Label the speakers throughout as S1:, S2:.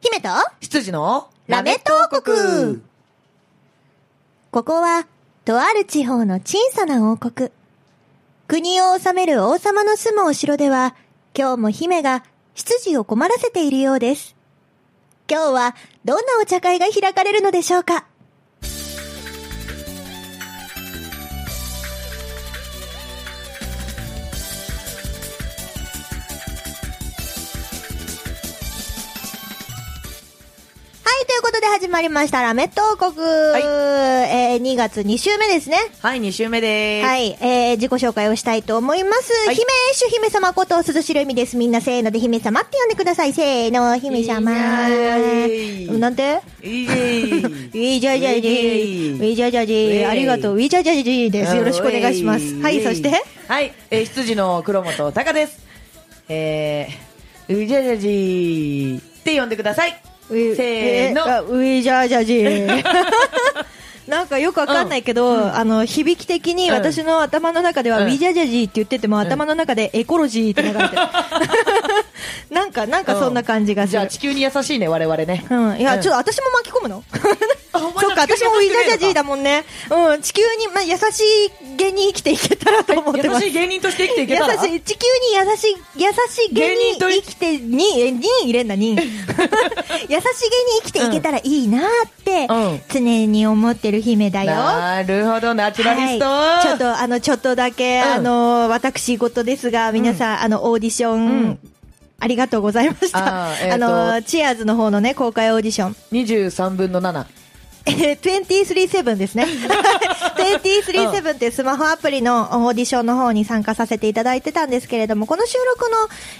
S1: 姫と
S2: 羊の
S1: ラメット王国ここは、とある地方の小さな王国。国を治める王様の住むお城では、今日も姫が執事を困らせているようです。今日は、どんなお茶会が開かれるのでしょうかはい、ということで始まりました、ラメット王国。えー、2月2週目ですね。
S2: はい、2週目です。。
S1: はいい、えー、自己紹介をしたいと思います。
S2: はい
S1: 姫主姫様こと涼しる意味です。みんなせーので姫様って呼んでください。せーの、姫様。
S2: いいね
S1: なんて
S2: イ
S1: ウ
S2: ェイ
S1: ィジャジャジー。ウィジャジャジー。ありがとう。ウィジャジャジーです。よろしくお願いします。はい、そして、
S2: はい、えー、羊の黒本隆です。えー、ウジャジャジーって呼んでください。
S1: ウィ
S2: せーの
S1: えあウィジャジャジ ー。なんかよくわかんないけど、あの、響き的に私の頭の中では、
S2: うん
S1: ウィジャジャジーって言ってても、頭の中でエコロジーって流れ てる。なんか、なんかそんな感じがす
S2: じゃあ
S1: る。
S2: 地球に優しいね、我々ね。
S1: うん。いや、
S2: うん
S1: ちょっと私も巻き込むの
S2: あ
S1: そ
S2: お
S1: っ
S2: 前ら
S1: か、
S2: 地
S1: 私
S2: 球
S1: もウ
S2: に
S1: ィジ
S2: 優しくね
S1: ャジャジーだもんね。うん、地球に、まあ、優しい芸に生きていけたらと思って
S2: 優
S1: ます。
S2: しい芸人として生きていけたら
S1: 優しい、地球に優しい、優しい芸に生きて、に、え、に入れんな、 に。優しい芸に生きていけたらいいなって
S2: うん、
S1: 常に思ってる姫だよ。
S2: なるほど、ナチュラリスト。
S1: はい、ちょっとあのちょっとだけ、
S2: うん
S1: あの私事ですが皆さん、あのオーディション、
S2: うん
S1: ありがとうございました
S2: あ
S1: あ,、
S2: ーえーと
S1: のチアーズの方のね公開オーディション
S2: 23分の7。
S1: えー237です ね237っていうスマホアプリのオーディションの方に参加させていただいてたんですけれどもこの収録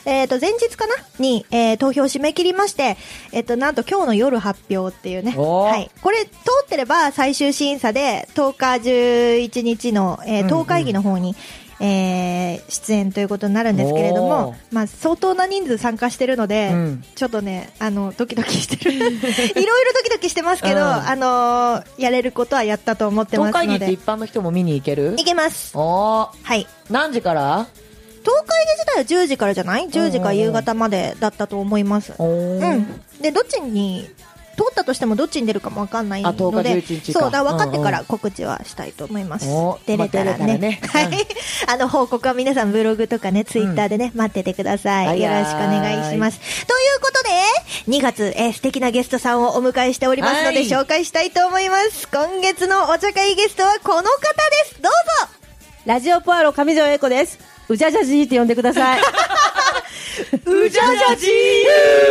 S1: の、えー、と前日かなに、えー投票締め切りまして、えー、となんと今日の夜発表っていうね、
S2: おー
S1: はい、これ通ってれば最終審査で10日11日の、え
S2: うんう
S1: ー、
S2: ん
S1: 党会議の方に、えー出演ということになるんですけれど
S2: お
S1: も
S2: ー、
S1: まあ、相当な人数参加してるので、
S2: うん
S1: ちょっとねあのドキドキしてる いろいろドキドキしてますけど、
S2: うん
S1: あのーやれることはやったと思ってま
S2: 東
S1: す
S2: 海に
S1: の
S2: って
S1: で
S2: 一般の人も見に行ける
S1: いけます
S2: おー、
S1: はい
S2: 何時から
S1: 東海で自体は10時からじゃない10時から夕方までだったと思います
S2: お
S1: う
S2: ー
S1: んでどっちに通ったとしてもどっちに出るかもわかんないの
S2: あ
S1: で
S2: 10日11日か
S1: そうだ分かってか
S2: うん
S1: ら告知はしたいと思います、
S2: お
S1: 出れたら
S2: まあ出
S1: ね,、
S2: れた
S1: は
S2: ら
S1: い
S2: ね
S1: あの報告は皆さんブログとかねツイッターでね、待っててください、
S2: はい
S1: よろしくお願いしますということで2月、えー素敵なゲストさんをお迎えしておりますので、
S2: はい
S1: 紹介したいと思います今月のお茶会ゲストはこの方ですどう ぞ
S3: ラジオポアロ上条英子です。うじゃじゃじーって呼んでください。
S2: うじゃじゃじ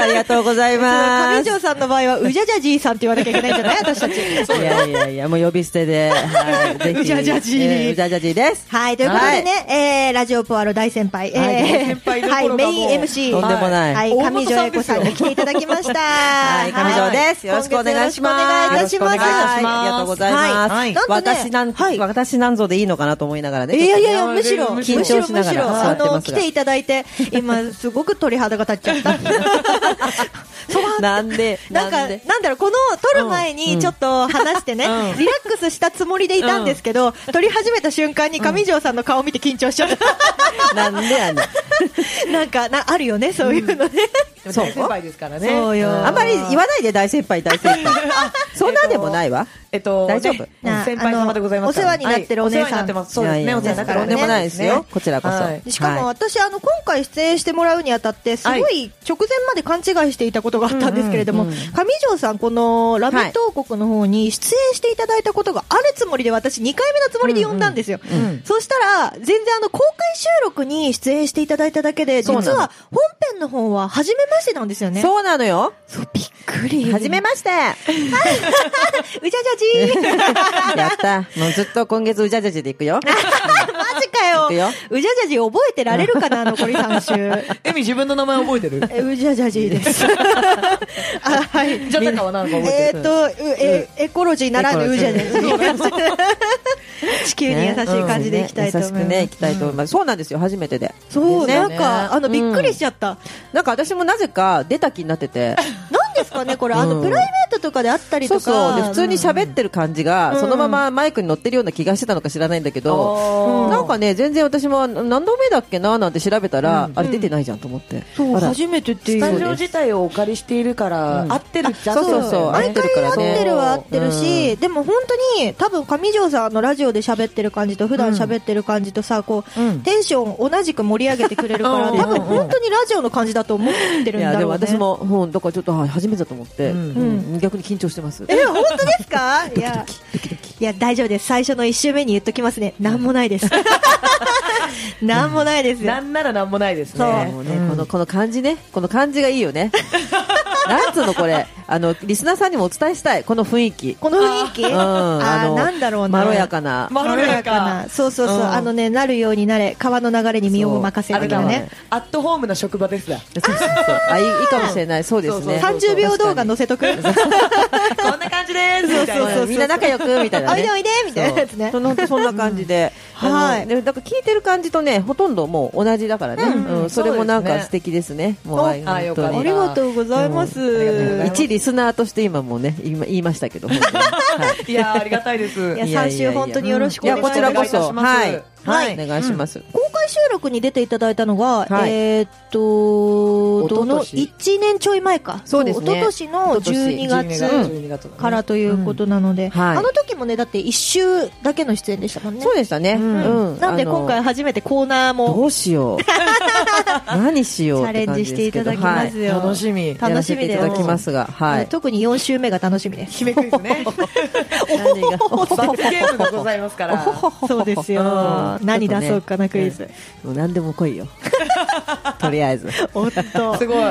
S3: ありがとうございます。
S1: 上条さんの場合はうじゃじゃじいさんって言わなきゃいけないんじゃない私たち
S3: いやいやいや、もう呼び捨て で。はい、ぜひ
S1: うじゃじゃじー
S3: えうじゃじゃじーです。
S1: はい、ということでね、えー、ラジオポアロ大先輩、え
S3: はい
S1: ー、
S2: 先輩ど
S1: は
S2: ころか
S1: い、
S2: もう
S1: メイン MC、
S3: とんでもない
S1: はい、
S2: 大
S1: 上
S2: 本
S1: 条
S2: さん
S1: 英子さん
S2: です
S1: に
S2: よ
S1: 来ていただきました。は
S3: はい、上条です。よろしくお願いします。
S1: 今月よろしくお願いいたします。
S3: はいありがとうございます。
S1: はいなんとね
S3: 私なん、
S1: はい
S3: 私なんぞでいいのかなと思いながらね。
S1: いやいやいや、
S2: いや
S1: むしろ、む
S2: む
S1: し
S3: し
S1: ろ、
S3: ろ
S1: むしろ、
S3: 緊張しながら
S1: あ
S3: 座って
S1: の、
S3: ます
S1: 来
S3: が
S1: ていただいて、今、すごく鳥肌が立っちゃった。
S3: そうなんで、
S1: なんか、
S3: で
S1: なんだろう、この、撮る前
S3: う
S1: に
S3: ん
S1: ちょっと話してね、リラックスしたつもりでいたんですけど、撮り始めた瞬間に上条さんの顔見て緊張しちゃった。
S3: なんでやねん。
S1: なんか、な、あるよね、そういうのね。
S2: ーそう。先輩ですからね。
S1: そうよ
S3: あんまり言わないで大先輩、大 先輩。そんなでもないわ。
S2: えっと、
S3: 大丈夫
S2: ね
S1: な
S2: 先輩様でございますから。
S1: あのお世話になってるお姉さん
S2: はいお世話になってます。そうです
S3: いやい
S2: ね、
S3: や
S2: お世話になってるお姉さん
S1: とんでも
S3: ないですよこちらこそ
S2: はい
S1: しかも
S3: は
S1: 私、あの今回出演してもらうにあたってすご
S2: はい
S1: 直前まで勘違いしていたことがあったんですけれども、
S3: うんうんうん
S1: 上条さん、この「ラビット王国」の方に出演していただいたことがあるつもりで私、2回目のつもりで呼んだんですよ、
S2: うんうん
S1: そしたら全然あの公開収録に出演していただいただけで実
S3: そうなの
S1: は本編の方は初めましてなんですよね。
S3: そうなのよ。
S1: そうびっくり
S3: はじめまして。
S1: うじゃじゃじー
S3: やった。もうずっと今月うじゃじゃじで行く よ。
S1: マジかよ
S3: いくよ
S1: うじゃじゃじー覚えてられるかな残り3週
S2: エミ自分の名前覚えてる
S1: え うじゃじゃじー です。あはい
S2: じゃたかは何か覚え
S1: えー、
S2: てる
S1: と、うえエコロジーならぬうじゃない地球に優しい感じでいきたいと思います。
S3: ね優しくね、行きたいと思います。そうなんですよ、初めてで。
S1: そう、
S3: ね
S1: なんか、あの、
S3: うん
S1: びっくりしちゃった。
S3: なんか私もなぜか出た気になってて、
S1: なんですかね、これ、あの、
S3: うん
S1: プライベーットとかであったり
S4: そ
S1: と
S4: う
S1: か。
S4: そうで普通に喋ってる感じが、
S1: うん
S4: そのままマイクに乗ってるような気がしてたのか知らないんだけど、
S2: あー
S4: なんかね全然私も何度目だっけななんて調べたら、あれ出てないじゃんと思って、
S1: そう
S4: あら
S2: 初めてっていうスタジオ自体をお借りしているから、
S4: うん
S2: 合ってるっちゃ
S4: あそうそうそう
S2: 合っ
S1: 毎
S2: て
S1: 回
S2: るからね
S1: 合ってるは合ってるし、
S4: う
S1: でも本当に多分上条さんのラジオで喋ってる感じと普段喋ってる感じとさこう、
S2: うん
S1: テンションを同じく盛り上げてくれるから
S2: うん
S1: 多分本当にラジオの感じだと思ってるん
S4: いや
S1: だ
S4: で
S1: ろ
S4: も
S1: うね
S4: 私も、うん、だからちょっとはい初めてだと思って、
S2: うん
S4: うん逆に緊張してます
S1: え本当ですかいやいや大丈夫です最初の1周目に言っときますねなんもない ですなんもないですよ
S2: なんならなんもないです
S1: そう
S2: ね
S4: もうね、このこの感じね、この感じがいい よね。なんつうのこれ、あのリスナーさんにもお伝えしたいこの雰囲気。
S1: この雰囲気、
S4: うん
S1: あーなんだろうな
S4: まろやかな。
S2: まろやか
S1: そうそうそう、
S2: うん
S1: あのねなるようになれ川の流れに身を任せ
S2: あ
S1: る
S2: れ
S1: か
S2: だ
S1: ら
S2: わ
S1: ね
S2: アットホームな職場ですだ
S4: そうそうそう。あいいいいかもしれない。そうです
S2: そう
S4: ね。
S2: そう
S1: 30秒動画載せとく
S2: こんな感じですみたいな
S1: そうそうそう
S4: みんな仲良くみたいな
S1: おい
S4: ね
S1: で。おいでみたいなやつね
S4: そうそのそんな感じで、
S1: うん
S4: あの
S1: はい
S4: でだから聞いてる感じとね、ほとんどもう同じだからね。
S2: うん
S4: うんそれもなん
S2: そうです
S4: か
S2: ね
S4: 素敵ですね。もう
S2: お
S4: はい
S2: あーよかった
S1: ありがとうございます。
S2: うんありがとうございます
S4: 一リスナーとして今もうね、今言いましたけど。本当にはい
S2: いやーありがたいです
S1: いや、
S4: いや
S1: 3週本当によろしくお
S4: いや
S1: 願いし
S4: こ
S1: ます。
S4: ちらこそ
S2: お願
S4: はい
S2: い
S4: い
S2: た
S1: は
S2: します
S1: い
S4: お願いします、
S1: 公開収録に出ていただいたのが、
S4: はい
S1: えーっと、どの
S2: 一昨年
S1: 1年ちょい前か。
S4: そうですね
S1: 一昨年の12月
S4: 12月
S1: からということなので、
S4: んはい
S1: あの時もね、だって1週だけの出演でしたもんね。
S4: そうでしたね、うん
S1: うんなんで
S4: あの
S1: 今回初めてコーナーも
S4: どうし よう何しようって感じですけど
S1: チャレンジしていただきますよ
S2: 楽しみ
S1: 楽しみで
S4: やらせていただきますがは
S1: はいい特に4週目が楽しみです。
S2: 決めく ですね
S4: 何が
S2: 罰ゲームでございま すから
S1: そうですよ
S4: うん。
S1: 何出そうかな、
S4: ち
S1: ク
S4: ょ
S1: イ
S4: っとね
S1: ズ。
S4: もう何でも来い よとりあえず
S1: おっと。
S2: すごい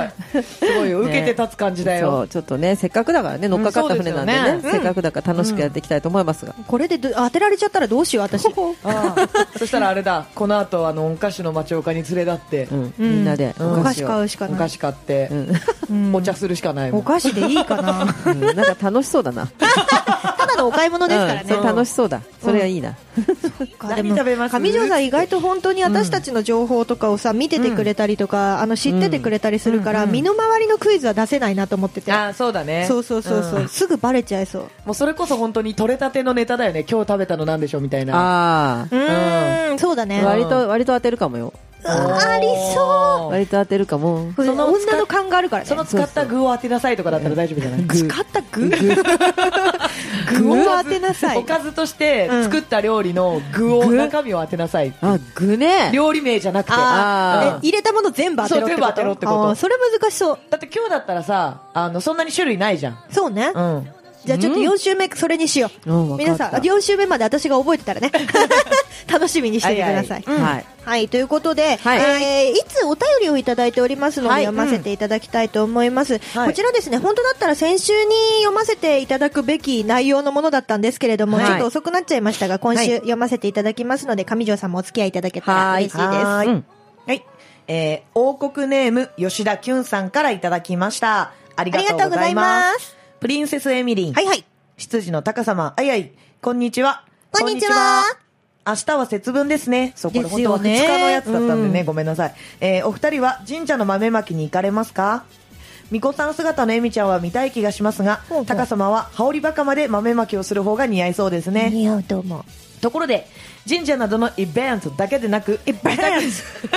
S2: すごいよ受けて立つ感じだ
S4: そ
S2: よ
S4: うちょっとねせっかくだからね乗っかかった船なんでね,、
S2: うんそうですよね
S4: せっかくだから楽しくやっていきたいと思いますが、
S1: これでど当てられちゃったらどう しよう、私。
S2: あーそしたらあれだこの後あのお菓子の町岡に連れ立って
S4: うんみんなで
S1: うん
S4: お
S1: お
S4: 菓
S1: 菓
S4: 子
S1: 子
S4: を、
S1: 買うしか
S2: お
S1: な
S2: 菓
S1: い。
S2: 子買って
S4: うん
S1: うん
S2: お茶するしかないも
S1: お
S2: ん
S1: 菓子でいいか な。
S4: うんなんか楽しそうだな
S1: ただのお買い物ですから
S4: うん
S1: ね。
S4: それ楽しそうだそれはいいな、
S1: でも
S2: 何食べます
S1: 上条さん意外と本当に私たちの情報とかをさ見ててくれたりとか、あの知っててくれたりするから、身の回りのクイズは出せないなと思ってて、
S2: あーそうだね
S1: そうそうそうそう、
S2: ん
S1: すぐバレちゃいそう
S2: もうそれこそ本当に取れたてのネタだよね今日食べたのなんでしょうみたいな
S4: あ
S1: うーんそうだね
S4: あ割と割と当てるかもよ
S1: あり
S2: そ
S4: 割と当てるかも
S1: これ
S2: その
S1: 女の勘があるからね
S2: その使った具を当てなさいとかだったら大丈夫じゃない具
S1: 使った具具を当てなさ
S2: お
S1: い
S2: かずとして作った料理の具を
S4: 具
S2: 中身を当てなさい
S4: あ具ね
S2: 料理名じゃなくて
S4: あー
S1: え
S2: うん
S1: 入れたもの全部当てろってこと
S2: そう全部当てろってこと
S1: あーそれ難しそう
S2: だって今日だったらさあのそんなに種類ないじゃん
S1: そうね、
S2: うん
S1: じゃあちょっと4週目それにしよう、
S4: うんわかった
S1: 皆さん4週目まで私が覚えてたら ね楽しみにしててください、
S4: はいはいはい
S1: はいということで、
S4: はい
S1: えーいつお便りをいただいておりますので、
S4: はい
S1: 読ませていただきたいと思います、
S2: はい
S1: こちらですね本当だったら先週に読ませていただくべき内容のものだったんですけれども、
S4: はい
S1: ちょっと遅くなっちゃいましたが今
S4: はい
S1: 週読ませていただきますので上条さんもお付き合いいただけたら嬉しいです
S2: は
S1: は
S2: ー
S1: い
S2: い
S4: うん
S2: はい。えー王国ネーム、吉田きゅんさんからいただきました。ありがとうございま
S1: ありが
S2: す。
S1: とうございます
S2: プリンセスエミリン。
S1: はい
S2: 執事の高様、あいあい、こんにちは。
S1: こんにちは
S2: 明日は節分ですね。そう、これ
S1: です
S2: 本当は
S1: よ
S2: 2
S1: ね
S2: 日のやつだったんでね、ごめんなさい。えーお二人は神社の豆まきに行かれますか巫女さん姿のエミちゃんは見たい気がしますが
S1: ほうほう、
S2: 高様は羽織バカまで豆まきをする方が似合いそうですね。
S1: 似合うと思う
S2: ところで神社などのイベントだけでなく自宅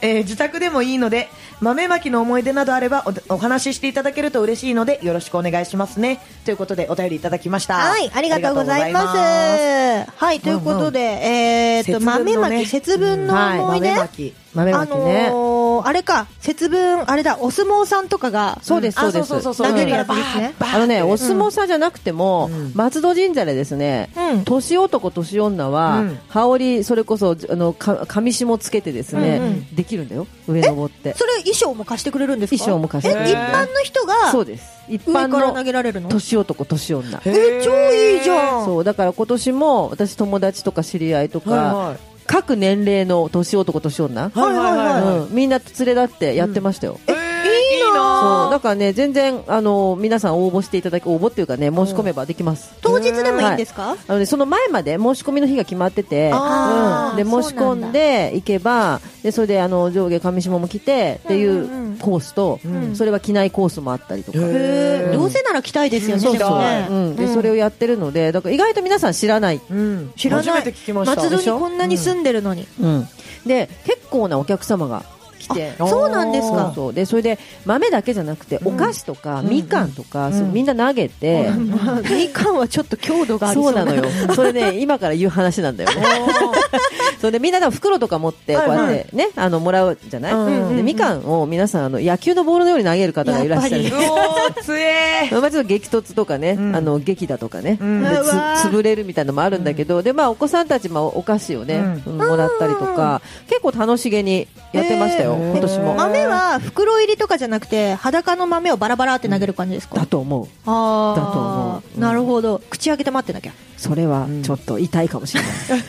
S2: えー自宅でもいいので豆まきの思い出などあればおお話ししていただけると嬉しいのでよろしくお願いしますねということでお便りいただきました
S1: はい、ありがとうございます。
S2: ありがとうござい
S1: はい、ということで、えーっと、豆まき、節分の思い出、
S2: はい、豆まき豆ま
S1: あ
S2: きね、
S1: のー、あれか、節分、あれだ、お相撲さんとかが、
S4: そうですそう
S2: あ
S4: で
S2: そう
S4: す
S2: そうそうそう
S1: 投げるやつですね。
S4: あのね、お相撲さんじゃなくても、
S2: うん
S4: 松戸神社でですね、
S1: うん
S4: 年男、年女は、
S2: うん
S4: 羽織、それこそ、あの、か紙紐つけてですね、
S1: うんう
S4: できるんだよ、上登って。
S1: それ衣装も貸してくれるんですか
S4: 衣装も貸して
S1: え
S4: くれ
S2: る
S1: 一般の人が
S4: そうです。一般
S1: 上から投げ
S4: の
S1: られるの
S4: 年男、年女。
S2: へー
S1: え、超いいじゃん
S4: そう、だから今年も、私友達とか知り合いとか、
S2: は
S4: 各年齢の年男、年女、
S2: いはいはいはいはい、
S4: うん、みんな連れ立ってやってましたよ。
S2: えいい
S4: そう
S2: な
S4: だからね全然あの皆さん応募していただき応募っていうかね申し込めばできます。
S1: 当日でもいいんですか、
S4: あのね、その前まで申し込みの日が決まってて、
S1: あー
S4: うんで
S1: そうなん
S4: 申
S1: だ
S4: し込んでいけばでそれであの上下上下も来てっていう、
S1: うんうんうん
S4: コースと、
S2: うん
S4: それは機内コースもあったりとか。
S2: へー
S1: どうせなら来たいですよね、
S2: そう
S1: でもね
S2: う
S4: うん、でそれをやってるのでだから意外と皆さん知らない、
S2: うん、
S1: 知ら
S2: 初
S1: な
S2: め
S1: い
S2: て聞きました
S1: 松戸に こんなに住んでるのに、
S4: で結構なお客様が来て
S2: あ
S1: そうなんです
S4: そう
S1: か
S4: そうでそれで豆だけじゃなくてお菓子とかみかんとか、そうみんな投げて、
S1: みかんはちょっと強度があり
S4: そ
S1: そう
S4: うなのよそれね今から言う話なんだよねそれでみんなでも袋とか持ってこうや
S2: はい
S4: っ
S2: は
S4: てね、あのもらうじゃない、
S2: うん
S4: でみかんを皆さんあの野球のボールのように投げる方がいらっしゃる
S1: やっぱり
S2: うおーつえー
S4: まあ、ちょっと激突とかね、
S2: ん
S4: あの劇だとかね、
S2: ん
S4: で
S1: うわ
S4: つ潰れるみたいなのもあるんだけど、でまあ、お子さんたちもお菓子をね、うんもらったりとか結構楽しげにやってましたよ、
S2: へー
S4: 今年も。
S1: 豆は袋入りとかじゃなくて裸の豆をバラバラって投げる感じですか、
S4: だと思う
S1: あー
S4: だと思ううん
S1: なるほど口開けて待ってなきゃ
S4: それはちょっと痛いかも しれない、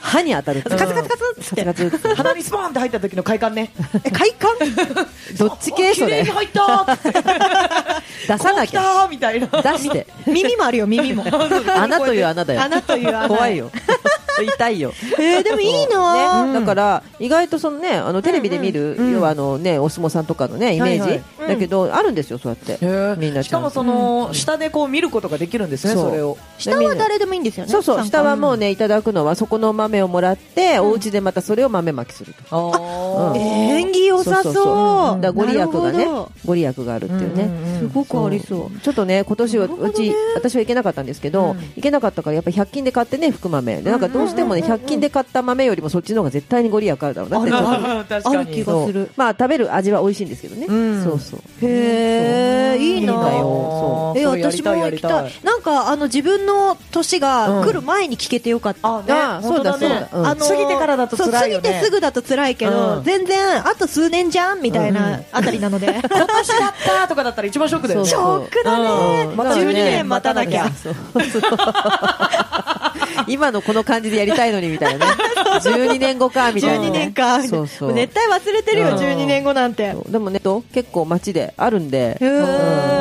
S4: 歯に当たるカ
S2: カツカツカツっつ
S4: カ
S2: って
S4: ツカツって
S2: 鼻にスポーンって入った時の快感ね
S1: え快感
S4: どっち系
S2: 綺
S4: そ
S2: 麗
S4: れ
S2: に入ったーって
S4: 出さな
S2: 来
S4: き
S2: た
S4: ゃ
S2: ーみたいな
S4: 出して
S1: 耳もあるよ耳も
S4: 穴という穴だよ
S1: 穴という穴
S4: 怖 いよ痛いよ
S1: えー、でもいいな、
S4: ね、だから意外とそのねあのテレビで見る、要はあのねお相撲さんとかのねイメージ、
S2: はい
S4: だけど、あるんですよそうやって、みんな
S2: しかもその、下でこう見ることができるんですね
S4: そう
S2: それを
S1: 下は誰でもいいんですよね
S4: そうそう
S1: 参加
S4: 下はもうねいただくのはそこの豆をもらって、お家でまたそれを豆まきすると
S2: あ
S4: ー
S1: 縁起良さそう
S4: だからご利益がね
S1: なるほど
S4: ご利益があるっていうね、
S1: すごくありそう
S4: ちょっとね今年は
S1: なるほど
S4: う
S1: ね
S4: ち、私は行けなかったんですけど、行けなかったからやっぱ100均で買ってね福豆でなんかどうしてもね100均で買った豆よりもそっちの方が絶対にご利益あるだろうなってちょっと
S2: あ確か
S1: ある気
S2: に
S1: がする
S4: まあ食べる味は美味しいんですけどね、
S2: ん
S4: そうそう
S1: へえいい
S4: いいんだ
S1: な
S2: そ
S4: よそう
S1: え私も
S2: や
S1: 行
S2: り
S1: き
S2: たい
S1: た
S2: やり
S1: いなんかあの自分の年が来る前に聞けてよかった、
S2: あね
S4: あそうだ
S2: 本当ね
S4: そうだうん
S1: あの
S2: 過ぎてからだと辛いよ
S1: そう
S2: ね
S1: 過ぎてすぐだと辛いけど、
S2: うん
S1: 全然あと数年じゃんみたいなあたりなので、
S2: 今年だったとかだったら一番ショックだよね
S1: ショックだね、
S4: うん
S1: また12年待たなきゃ、
S4: そうそう 今のこの感じでやりたいのにみたいな ね。12年後かみたいな。
S1: 12年か
S4: そうそう
S1: もう絶対忘れてるよ、
S4: うん
S1: 12年後なんてへ
S4: でもね、と結構街であるんで、
S1: え
S2: う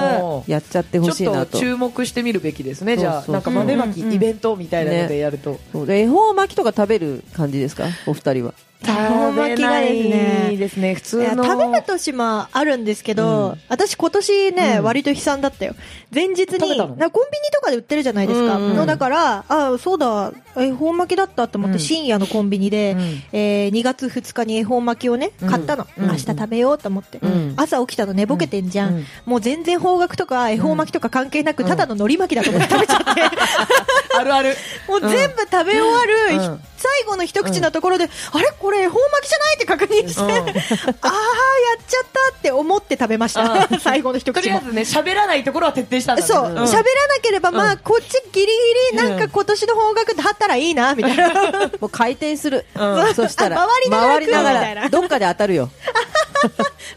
S2: ん
S4: やっちゃってほし
S2: ち
S4: い
S2: ょ
S4: な
S2: っと
S4: と。
S2: 注目してみるべきですねじゃ
S4: そうそう
S2: あ
S4: そう
S2: なんか豆まきイベントみたいなので
S4: ね
S2: やると
S4: そうで恵方巻きとか食べる感じですかお二人は。
S1: 恵方巻きがですね
S2: いいですね普
S1: いや
S2: 通の
S1: 食べ る年もあるんですけど、私今年ね、割と悲惨だったよ前日に
S2: 食べた
S1: な
S2: の
S1: んかコンビニとかで売ってるじゃないですか、
S4: うんうん
S1: のだからあそうだ恵方巻きだったと思って、深夜のコンビニで、えー2月2日に恵方巻きをね買ったの、明日食べようと思って、
S4: ん
S1: 朝起きたの寝ぼけてんじゃん、もう全然方角とか恵方巻きとか関係なく、ただの海苔巻きだと思って食べちゃって
S2: あるある
S1: もう全部食べ終わる、ひ
S2: うん
S1: 最後の一口のところで、あれこれ恵方巻きじゃないって確認して、
S2: う ん
S1: ああやっちゃったって思って食べました、最後の一
S2: と
S1: 口
S2: りあ
S1: も
S2: え。ずね喋らないところは徹底したんだね
S1: そう、喋ら
S2: ん
S1: なければ、まあ、こっちギリギリ、なんか今年の方角だったらいいな、みたいな。
S4: もう回転する。
S2: うん
S4: そ したら、
S1: 回りながら食うみたいな
S4: 回りながらどっかで当たる よ。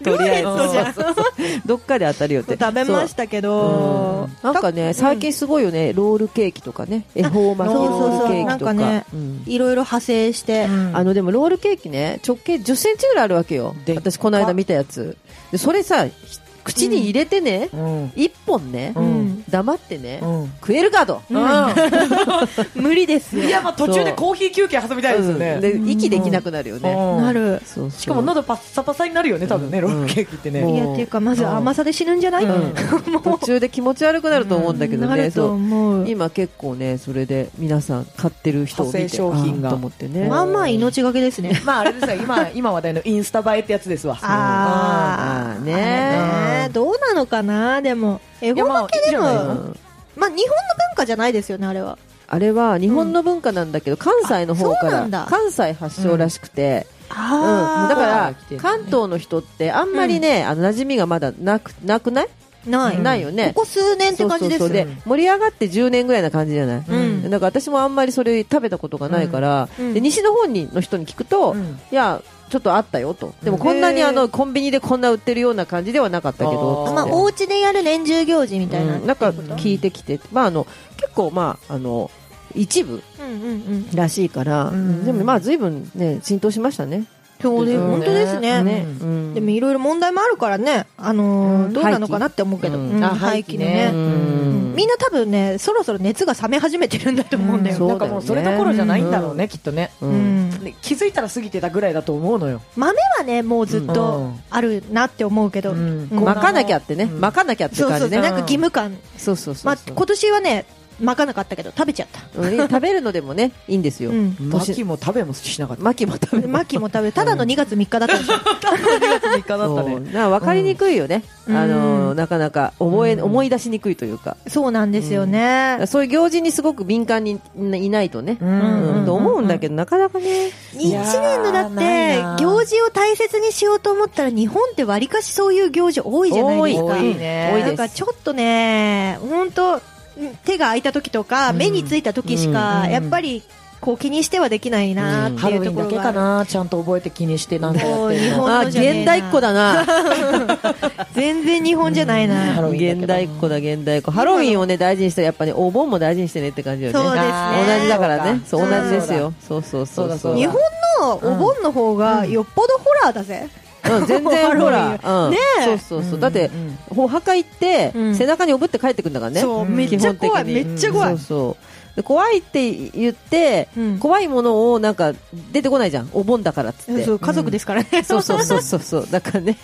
S1: ルーレットじゃん。
S4: そうそうそうどっかで当たるよって。
S1: 食べましたけど、
S4: そう。なんかね、最近すごいよね、ロールケーキとかね、恵方
S1: そう
S4: 巻きロ
S1: そう
S4: ールケ
S1: そう、
S4: ー
S1: な
S4: キ
S1: ん
S4: と
S1: か
S4: か。
S1: ね
S4: うん、
S1: いろいろ派生して、
S4: あのでもロールケーキね直径1 0センチぐらいあるわけよ
S2: でっか
S4: 私この間見たやつでそれさひ口に入れてね、
S2: うん
S4: 一1本ね、
S1: ん
S4: 黙ってね、
S2: うん
S4: 食えるかと、
S1: 無理ですよ。
S2: いやまあ途中でコーヒー休憩挟みたいですよね
S4: で息できなくなるよね、
S2: うん
S1: なる。
S4: そうそう
S2: しかも喉パッサパサになるよね多分ねロールケーキってね
S4: うん
S1: いや、っていうか、まず甘さで死ぬんじゃない、もう
S4: 途中で気持ち悪くなると思うんだけど
S1: な
S4: ね、
S1: ると
S4: そう
S1: 思う。
S4: 今結構ねそれで皆さん買ってる人を見て
S2: 派生商品が
S4: あーと思ってね
S1: まあまあ命がけですね。
S2: まああれですよ今今話題のインスタ映えってやつですわ
S1: あ
S4: あ
S1: ー
S4: ーね
S1: ねえどうなのかなでも恵方巻き
S2: い
S1: で
S2: や
S1: も
S2: まあいいじゃない
S4: の
S1: まあ日本の文化じゃないですよねあれは
S4: あれは日本の文化なんだけど、関西の方
S1: あそう
S4: か
S1: なん
S4: ら
S1: だ
S4: 関西発祥らしくて、うん、
S1: あ
S4: だか
S2: あ
S4: ら
S2: ー
S4: 関東の人ってあんまりね、あの馴染みがまだなくなくない、
S1: らない
S4: ないよね
S1: ここ数年って感じです
S4: そうそうそうで
S1: ね
S4: 盛り上がって10年ぐらいな感じじゃない、
S1: うん
S4: なんか私もあんまりそれ食べたことがないから、
S1: うんうん
S4: で西の方にの人に聞くと、
S2: うん
S4: いやちょっとあったよとでもこんなにあのコンビニでこんな売ってるような感じではなかったけ
S2: あー
S4: どって
S1: まあお家でやる年中行事みたいな
S4: うんなんか聞いてきて、まあ、あの結構まああの一部
S1: うんうんうん
S4: らしいから、
S2: ん
S4: でもまあ随分ね浸透しましたね
S1: そうです、
S4: うん
S1: 本当ですね
S4: ね
S1: うん
S4: うん
S1: でもいろいろ問題もあるからね、あのー
S4: うん
S1: どうなのかなって思うけど、
S4: 廃
S2: 棄
S1: うん
S2: あ
S1: 廃
S2: 廃
S1: 棄
S2: 棄
S1: の
S2: ね
S1: ね、
S4: う
S1: うん
S4: ん
S1: みんな多分ねそろそろ熱が冷め始めてるんだと思うんだよ、
S4: うん
S2: なんかもうそれどころじゃないんだろうね、きっとね、
S4: う
S1: うんん
S2: で気づいたら過ぎてたぐらいだと思うのよ、
S1: 豆はねもうずっ
S2: う
S1: と
S2: ん
S1: あるなって思うけど、
S2: うん
S1: うん
S4: 巻かなきゃってね、
S2: うん
S4: 巻かなきゃって
S1: そう
S4: 感
S1: そう
S4: じ
S1: そう
S4: ね
S1: なんか義務感、
S4: そうそうそ
S1: ま
S4: う
S1: あ、
S4: そう
S1: 今年はね巻かなかったけど食べちゃった
S4: うん食べるのでもねいいんですよ
S1: うん
S4: 年
S2: 巻きも食べもしなかった
S4: 巻きも食べる
S1: 巻も食べただの2月3日だったんですよ、
S2: 3日だった
S4: そう
S2: ね
S4: な分かりにくいよね、
S1: うん
S4: あのなかなか覚え、
S2: うん
S4: 思い出しにくいというか
S1: そうなんですよね、
S4: そういう行事にすごく敏感にいないとね、
S2: うん
S4: うんと思うんだけどなかなかね
S1: 一年のだっ
S2: いやーないな
S1: て行事を大切にしようと思ったら日本ってわりかしそういう行事多いじゃないですか
S4: 多い
S2: ね
S4: 多い
S1: な
S4: で
S1: ん
S4: す
S1: かちょっとね本当手が空いた時とか目についた時しか
S2: うん
S1: やっぱりこう気にしてはできないなって
S2: ハ
S1: い
S2: ロウ
S1: う
S2: ィ
S1: と
S2: ン
S1: こ
S2: だ
S1: ろ
S2: け
S1: があ
S2: か
S1: る
S2: なちゃんと覚えて気にしてなんかやっ
S1: もう
S2: て
S1: 日
S2: るの
S1: 本
S4: あ
S1: のじゃねえな
S4: 現代っ子だな
S1: 全然日本じゃない
S2: ハ
S1: な
S2: ロウィンだけど
S4: 現代っ子だ現代っ子ハロウィンをね大事にしたらやっぱねお盆も大事にしてねって感じよね
S1: そうですね
S4: 同じだからねそう
S1: うん
S4: 同じですよそうそうそ
S2: そ
S4: う
S2: うだ
S1: 日
S2: そう
S1: 本のお盆の方がよっぽどホラーだぜ
S4: うん、全然ほら、うん、
S1: ねえ
S4: そうそうそう、だって
S2: うんうん、
S4: お墓行って、
S1: うん
S4: 背中におぶって帰ってくるんだからね。
S1: そう
S2: めっち
S1: ゃ怖い
S4: 基本的に
S1: めっちゃ怖い
S4: うんそうそうで怖いって言って、
S1: うん
S4: 怖いものをなんか出てこないじゃん。お盆だからっつって。
S1: そう家族ですからね
S4: そうそうそうそうそう。だからね、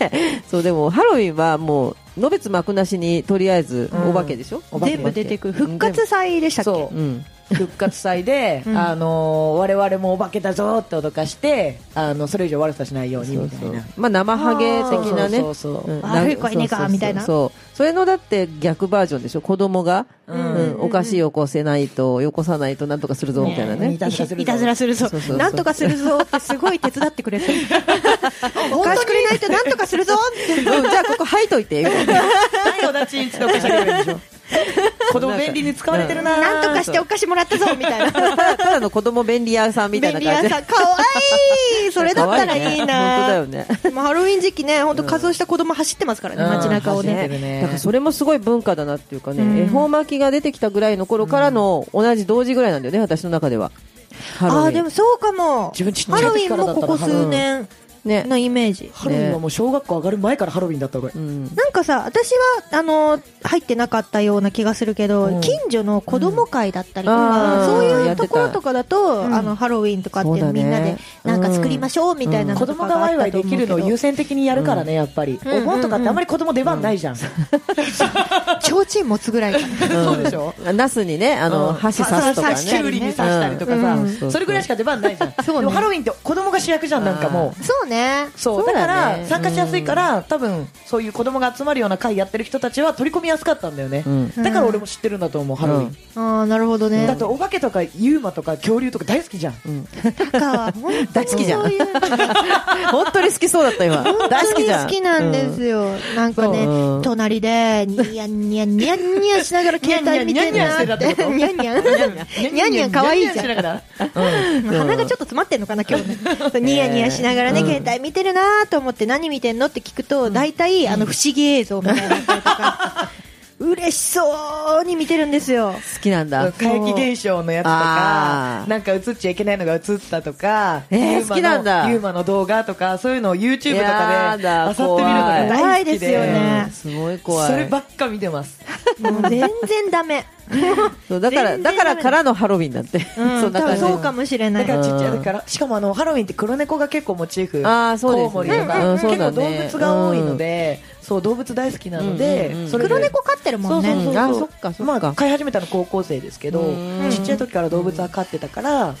S4: そうでもハロウィンはもうのべつ幕なしにとりあえず
S2: うん
S4: お化けでしょ。
S2: お化け
S1: 全部出てくる復活祭でしたっけ
S2: そう
S4: うん。
S2: 復活祭で、
S1: うん
S2: あのー我々もお化けだぞって脅かしてあのそれ以上悪さしないようにみたいな
S4: まあ生ハゲ的なね。
S2: そうそうそうそう
S4: うん
S1: 悪い子はいねえか
S4: そうそうそう
S1: みたいな
S4: そう。それのだって逆バージョンでしょ。子供が、
S2: う
S4: うんん、お菓子よこせないと、よこさないとなんとかするぞみたいな
S2: ね
S4: ね
S2: い。たずらするぞ
S1: いたずらするぞ
S4: そうそうそう
S1: なんとかするぞってすごい手伝ってく れるお菓子くれないとなんとかするぞって
S4: うん、じゃあここ吐いといて。みたいな
S2: はいおだちんちのお菓子あげるでしょ子供便利に使われてるなー
S1: なんとかしてお菓子もらったぞみたいな
S4: ただただの子供便利屋さんみたい
S1: 便
S4: な
S1: 利屋
S4: 感じ
S1: さん。かわいいそれだったらいい
S4: 可
S1: な
S4: 愛ね本当だよね。
S1: もうハロウィン時期ね本当仮装した子供走ってますからね
S2: うん
S1: 街中を
S2: 走って
S1: ね
S2: るね
S4: だからそれもすごい文化だなっていうかね、
S1: うん
S4: 恵方巻きが出てきたぐらいの頃からの同じ同時ぐらいなんだよね、私の中では。ハロウィ
S1: あ
S4: ン
S1: ーでもそうかも
S2: 自分ちっちゃ
S1: ハ
S2: い
S1: ロウィ
S2: 時
S1: ン
S2: からだ
S1: も
S2: った
S1: こ
S2: な
S1: こ数年
S4: ね。
S1: のイメージ
S2: ハロウィンはもう小学校上がる前からハロウィンだった俺、
S4: うん。
S1: なんかさ私はあの入ってなかったような気がするけど、
S2: うん
S1: 近所の子供会だったりと
S4: うん
S1: か、
S4: あー
S1: そういうところとかだと、
S2: うん
S1: あのハロウィンとかっ
S4: そう
S1: て
S4: だね
S1: みんなでなんか作りましょうみたいなの
S2: 子
S1: と
S2: 供
S1: か
S2: が
S1: が
S2: ワ
S1: あ
S2: イ
S1: っ
S2: ワ
S1: た
S2: イ
S1: と
S2: で
S1: 思
S2: き
S1: うけ
S2: るの
S1: ど
S2: を優先的にやるからね、やっぱり、
S1: うん
S2: お盆とかってあんまり子供出番ないじゃん、
S1: 提灯持つぐらいかな
S2: そうでしょ
S4: ナスにね、あの、
S2: うん
S4: 箸刺すとか
S1: 刺
S2: キ
S1: し
S2: ュ
S1: て
S2: ウ
S1: る
S4: ね。
S2: リに刺したりとか
S1: う
S2: さ
S1: ん
S4: そうそ、う
S2: それぐらいしか出番ないじゃん。
S1: そうね
S2: でもハロウィンって子供が主役じゃん、なんかもう。
S1: そうね
S2: そう、
S4: そう
S2: だ
S4: だね
S2: から参加しやすいから、多分そういう子供が集まるような会やってる人たちは取り込みやすかったんだよね
S4: うん。
S2: だから俺も知ってるんだと思う、ハロウィン。
S1: ああなるほどね
S2: だってお化けとかユーマとか恐竜とか大好きじゃん。
S1: タカは本当
S4: 大好きじゃん
S1: そういう
S4: 本当に好きそうだった今。大好きじゃん。
S1: 本当に好きなんですよ、なんかね、
S4: そう
S1: 隣でニヤニヤニヤニヤしながら携帯見てんなーってニ
S2: ニ
S1: ヤニヤニャンニャン可愛いじゃん
S2: ニャンニャンしながら
S1: 鼻がちょっと詰まってんのかな今日ねニヤニヤしながらね、携帯見てるなーと思って何見てんのって聞くと、大体あの不思議映像みたいになったりとか嬉しそうに見てるんですよ
S4: 好きなんだ。
S2: 怪奇現象のやつと
S4: あ
S2: か
S4: ー
S2: なんか映っちゃいけないのが映ったとか、
S4: えー
S2: ユマの
S4: 好きなんだ
S2: ユーマの動画とかそういうのを YouTube とか
S4: や
S2: で漁
S4: だ
S2: ってみるのが
S1: 怖い
S2: 大好き
S1: 怖いですよね
S4: すごい怖い。
S2: そればっか見てます
S1: もう全然ダメ
S4: そうだから、
S1: 全然
S4: だからからのハロウィンだって。
S1: うん
S4: そんな
S1: 多
S4: 感
S1: 分
S4: じ。
S1: そうかもしれな
S2: だ
S1: い
S2: からちっちゃい時からしかもあのハロウィンって黒猫が結構モチーフ
S4: あーそうですね
S2: コウモリと
S4: うん
S2: か
S4: うん
S2: 結構
S4: そうだ
S2: 動
S4: ね
S2: 物が多いのでそう動物大好きなので
S4: うんうんうん
S2: それで
S1: 黒猫飼ってるもんね
S2: そうそうそう
S4: あそっかそっか
S2: まあ、飼い始めたの高校生ですけど
S4: うん
S2: ちっちゃい時から動物は飼ってたから
S4: うん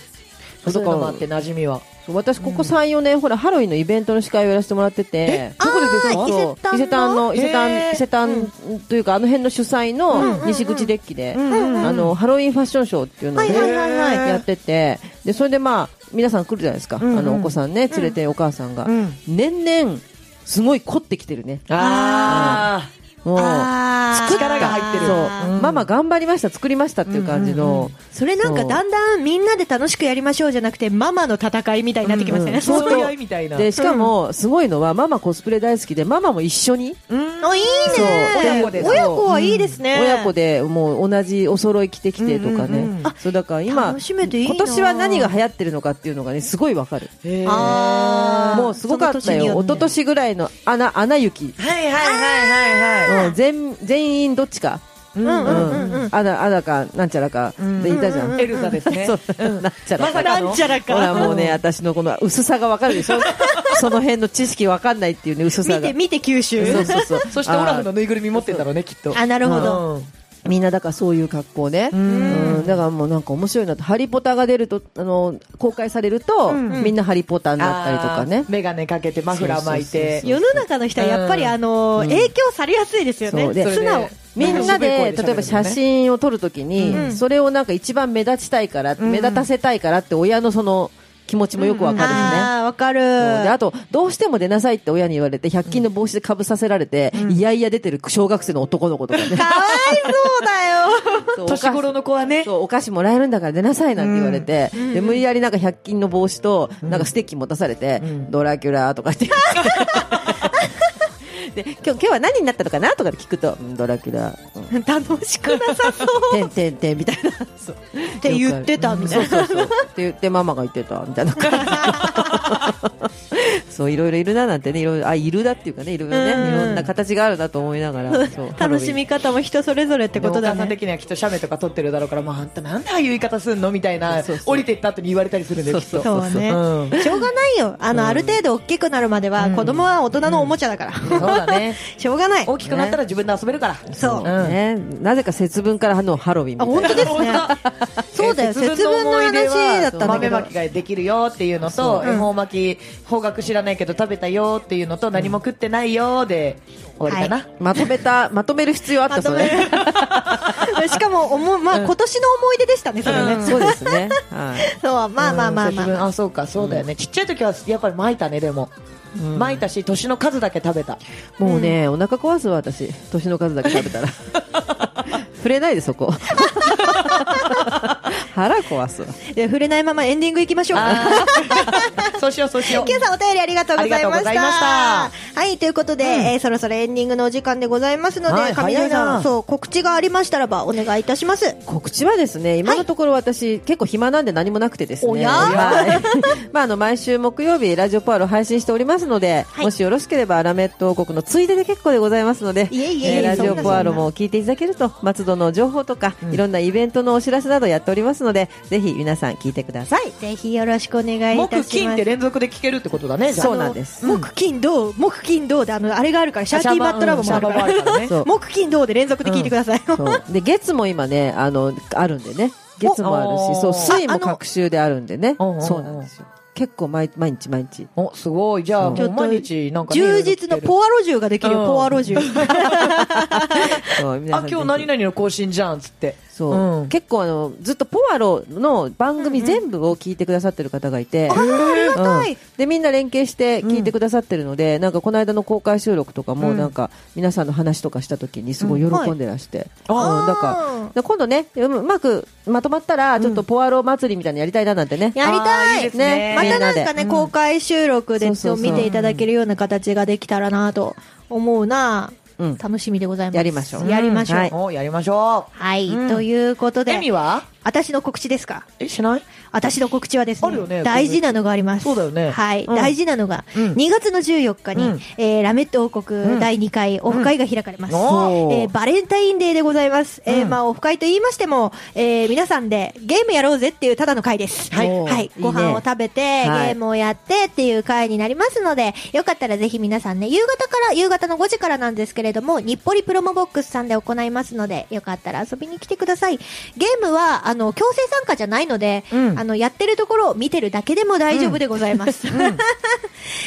S2: そういうのもあって馴染みは
S4: そう私ここ34年、ほらハロウィンのイベントの司会をやらせてもらってて
S1: どこでですか
S4: そう
S1: あー伊
S4: 伊
S1: 勢
S4: 勢
S1: 丹の
S4: 丹の伊勢
S2: へ
S4: 丹
S2: ー
S4: 伊勢丹というかあの辺の主催の西口デッキで、あのハロウィンファッションショーっていうの
S1: は
S4: で
S1: いはいはいはい
S4: やっててでそれでまあ皆さん来るじゃないですか、
S2: んうん
S4: あのお子さんね連れてお母さんが、
S2: うん
S4: 年々すごい凝ってきてるね
S2: あ
S4: もう
S1: あー
S2: 力が入ってる
S4: そう、
S2: うん
S4: ママ頑張りました作りましたっていう感じの、
S1: それなんかだんだんみんなで楽しくやりましょうじゃなくてママの戦いみたいになってきません、
S4: うんうん
S2: そういうみたいな。
S4: でしかもすごいのはママコスプレ大好きでママも一緒に
S2: うん
S1: あいいね
S4: そう
S2: 親子で
S1: 親子はいいですね、
S4: 親子でもう同じお揃い着てきてとかね、
S2: うんうんうん
S1: あ
S4: そうだから今
S1: 楽しめていいな
S4: 今年は何が流行ってるのかっていうのがねすごいわかる
S2: へー
S1: あー
S4: もうすごかったよ
S1: その
S4: 一昨
S1: 年
S4: 年ぐらいの穴穴雪、
S2: はいはいはいはいは
S4: うん、全全員どっちか、
S2: い。うん
S1: うんうん
S4: 穴穴かなんちゃらかでいたじゃん、
S2: エルザですね。
S4: そうなんちゃら
S2: まさかのなんちゃらか
S4: ほらもうね私のこの薄さがわかるでしょ その辺の知識わかんないっていうね薄さ
S1: 見
S4: が
S1: て見て九州
S4: そうそうそう
S2: そしてオラフの
S4: あ
S2: ぬいぐるみ持ってんだろうね、きっと。
S1: あなるほど、
S2: うん
S4: ーみんなだからそういう格好
S2: ん
S4: ねうんだからもうなんか面白いなと「ハリポタ」が出るとあの公開されると、みんな「ハリポタ」になったりとかね
S2: あーメガネかけてマフラー巻いて。
S1: 世の中の人はやっぱり、あの影響されやすいですよね、
S4: そうで
S1: 素直。
S4: みんなで例えば写真を撮るときに、それをなんか一番目立ちたいから、目立たせたいからって親のその気持ちもよくわかるしね、
S1: ああ、わかる。
S4: そうであと、どうしても出なさいって親に言われて、100均の帽子でかぶさせられて、いやいや出てる小学生の男の子とかね
S1: か。わいそうだよ。
S4: そうお菓子
S2: 年頃の子はね。
S4: そうお菓子もらえるんだから出なさいなんて言われて、で無理やりなんか100均の帽子となんかステッキ持たされて、ドラキュラとか言 って。で今日今日は何になったのかなとかって聞くと、うんドラキュ ラ、うん
S1: 楽しくなさそう
S4: てんてんてんみたいな、そう
S1: って言ってたみたいな。
S4: そうそうって言ってママが言ってたみ たいなそういろいろいるななんてねいろいろあいるだっていうかねいろいろねいろんな形があるなと思いながらそう
S1: 楽しみ方も人それぞれって
S2: で
S1: こ
S2: お
S1: とだ
S2: 母さん
S1: ね。
S2: 的にはきっと写メとか撮ってるだろうから、もうあんたなんでああいう言い方すんのみたいな
S4: そうそう、そ
S2: 降
S4: う
S2: りてった後に言われたりするんだよ、きっと。
S1: そうね
S2: う。
S1: しょうがないよ。あの、ある程度大きくなるまでは、子供は大人のおもちゃだから。
S2: そうだね。
S1: しょうがない。
S2: 大きくなったら自分で遊べるから。
S1: そう
S4: ハロウィンねなぜか節分からのハロウィンみた
S1: あ、
S4: いな
S1: 本当ですね。そうだよ。節分の話だったんだけ
S2: 豆
S1: ど
S2: ま。きができるよっていうのと、恵方巻き、方角知らないけど食べたよっていうのと、何も食ってないよで終わりかな。
S4: まとめたまとめる必要あったそれ
S1: しかも、おも、まあ、今年の思い出でしたね、それね。
S4: そうですね、はい、
S1: そう、まあまあまあま
S2: 節
S1: あ
S2: 分。あ、そうか、そうだよね。ちっちゃい時はやっぱり巻いたね、でも。巻いたし、年の数だけ食べた。
S4: もうね、お腹壊すわ私年の数だけ食べ たら触れないでそ こ腹壊すわ
S1: で触れないままエンディングいきましょうか。
S2: そうしよう、そうし よう。
S1: 今朝お便りありがとうございました。
S2: ありがとうございま
S1: はい、ということで、えーそろそろエンディングのお時間でございますの
S4: は
S1: で、
S4: い
S1: 上田
S4: 早い
S1: さん、
S4: な
S1: そう、告知がありましたらばお願いいたします。
S4: 告知はですね今のところ私、結構暇なんで何もなくてですね
S1: おや
S4: はい まあ、あの毎週木曜日ラジオパールを配信しておりますので、
S1: はい
S4: もしよろしければアラメット王国のついでで結構でございますので
S1: いえいえいえ
S4: ーラジオパール
S1: そんなそん
S4: も聞いていただけると松戸の情報とか、いろんなイベントのお知らせなどやっておりますのでぜひ皆さん聞いてください。
S1: ぜひよろしくお願いいたします。
S2: 木、金って連続で聞けるってことだね、じゃあ。
S4: そうなんです
S1: 木金銅、木金銅であのあれがあるから、シャーティーバットラボもあるか
S2: シャーバーもあ
S1: ら、
S2: る
S4: からね
S1: 木金銅で連続で聞いてください。
S4: そうで月も今ねあのあるんでね月もあるし
S2: お
S4: そう
S2: あー
S4: 水も各週であるんでね
S2: あの
S4: そうなんですよ結構毎毎日毎日
S2: お、すごい。じゃあ、
S1: ちょ
S2: も
S1: っ
S2: う
S1: と
S2: 毎日なんかね、
S1: 充実の
S2: ー
S1: ポアロ銃ができるよ、
S2: うん
S1: ポアロ銃。
S4: そう皆さ
S2: あ
S4: ん、ぜひ
S2: 今日何々の更新じゃん、つって。
S4: そう、
S2: ん
S4: 結構あのずっとポワロの番組全部を聞いてくださってる方がいて、うん
S1: ありがたい。
S4: でみんな連携して聞いてくださってるので、なんかこの間の公開収録とかも、なんか皆さんの話とかした時にすごい喜んでらして、うん
S2: はい
S4: だからで今度ねううまくまとまったらちょっとポワロ祭りみたいなのやりたいななんてね、
S1: やりた
S2: あーいい
S1: い
S2: ですね
S1: ま
S4: み
S1: た
S4: んな
S1: な
S4: で
S1: んかね、公開収録で
S4: そうそうそう
S1: 見ていただけるような形ができたらなと思うな、
S4: うん
S1: 楽しみでございます。
S4: やりましょう
S1: やりましょう。
S4: は
S1: はいい、
S2: お、やりましょうん
S1: ということ
S2: う。エミ
S1: で、
S2: は
S1: 私の告知ですか
S2: え、しない
S1: 私の告知はです
S2: あ
S1: ね
S2: るよね
S1: 大事なのがあります。
S2: そうだよね
S1: はい、
S2: うん
S1: 大事なのが、
S2: うん
S1: 2月の14日に、
S2: うん
S1: えーラメット王
S2: う
S1: 国
S2: ん
S1: 第2回オフ会が開かれます。
S2: おー
S1: えーバレンタインデーでございます。えーまあ、オフ会と言いましても、えー皆さんでゲームやろうぜっていうただの会です。
S4: はい
S1: はい
S4: いい。ね
S1: ご飯を食べて、
S4: はい
S1: ゲームをやってっていう会になりますので、よかったらぜひ皆さんね、夕方から、夕方の5時からなんですけれども、日暮里プロモボックスさんで行いますので、よかったら遊びに来てください。ゲームは、あの、強制参加じゃないので、
S2: うん
S1: あの、やってるところを見てるだけでも大丈夫でございます。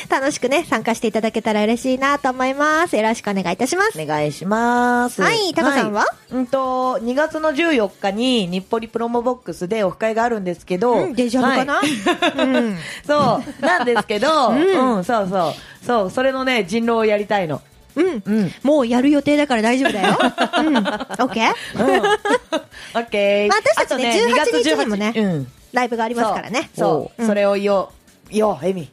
S1: 楽しくね、参加していただけたら嬉しいなと思います。よろしくお願いいたします。
S2: お願いします。
S1: はいタカさんはい
S2: うんと、2月の14日に日暮里プロモボックスでオフ会があるんですけど、
S1: うん、デジャブかな、
S2: はい
S1: うん
S2: そう、なんですけど、うん、そうそう。そう、それのね、人狼をやりたいの。
S1: うん。
S2: うん
S1: もうやる予定だから大丈夫だよ。うん。オッケー
S2: うん オッケー。
S1: まあ私たちね
S2: あと
S1: 18日
S2: 2
S1: にもね
S2: うん。
S1: ライブがありますからね。
S2: そうそう、それを言おう。言おう、エミ。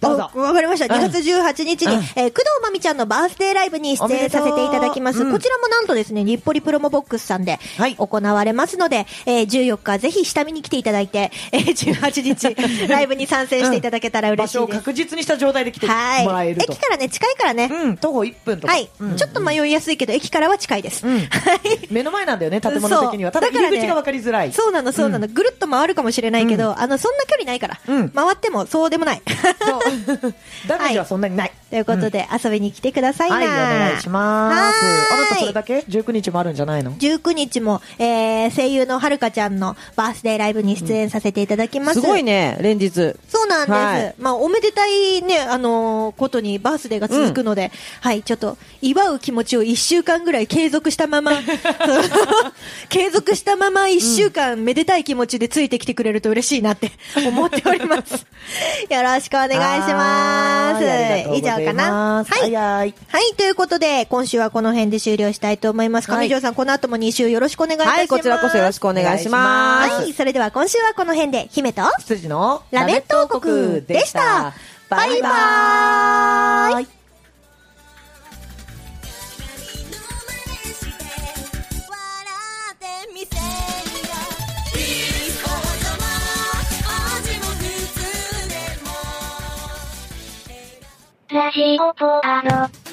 S2: どうぞ
S1: あ。わかりました。
S2: うん
S1: 2月18日に、
S2: うん
S1: えー工藤まみちゃんのバースデーライブに出演させていただきます。
S2: おめでとううん
S1: こちらもなんとですね、日暮里プロモボックスさんで
S2: はい
S1: 行われますので、えー14日ぜひ下見に来ていただいて、えー18日 ライブに参戦していただけたら嬉
S2: 場
S1: し
S2: 所
S1: い
S2: を
S1: です。
S2: 確実にした状態で来ても
S1: は
S2: ら
S1: い
S2: える。と
S1: 駅。からね、近いからね。
S2: うん、徒歩1分とか。
S1: はい、
S2: うん
S1: ちょっと迷いやすいけど、駅からは近いです。
S2: うん
S1: はい。
S2: 目の前なんだよね、建物的には。
S1: そ
S2: た
S1: う
S2: だ
S1: か
S2: 入
S1: らね
S2: り口が分かりづらい。
S1: そうなの、そうなの、ぐるっと回るかもしれないけど、あの、そんな距離ないから、
S2: うん
S1: 回ってもそうでもない。
S2: そうダメージはそんなにない。
S1: ということで、遊びに来てくださいな。
S2: はい、お願いします。
S1: はー
S2: あ
S1: い
S2: なたそれだけ ?19 日もあるんじゃないの
S1: 19日も、えー、声優のはるかちゃんのバースデーライブに出演させていただきます。
S4: すごいね、連日。
S1: そうなんです。
S4: はい
S1: まあ、おめでたいね、あのーことにバースデーが続くので、はい、ちょっと、祝う気持ちを1週間ぐらい継続したまま、そ う継続したまま1週間、めでたい気持ちでついてきてくれると嬉しいなって思っており ます。よろしくお願いします。
S2: はいありがとう
S1: 以
S2: ございます
S1: 上かな。
S2: はいはい
S1: はい、ということで、今週はこの辺で終了したいと思います。
S4: はい
S1: 上条さん、この後も2週よろしくお願いいたします。
S4: はい、こちらこそよろしくお願いしま
S1: は
S4: す。
S1: い、それでは今週はこの辺で、姫と、
S2: 羊の
S1: ラメット王国でした。バ
S2: バ
S1: イ
S2: イ
S1: バーイ
S5: 「笑ってみせるよ」「いい子供味も普通でも」
S6: ラジオポアド。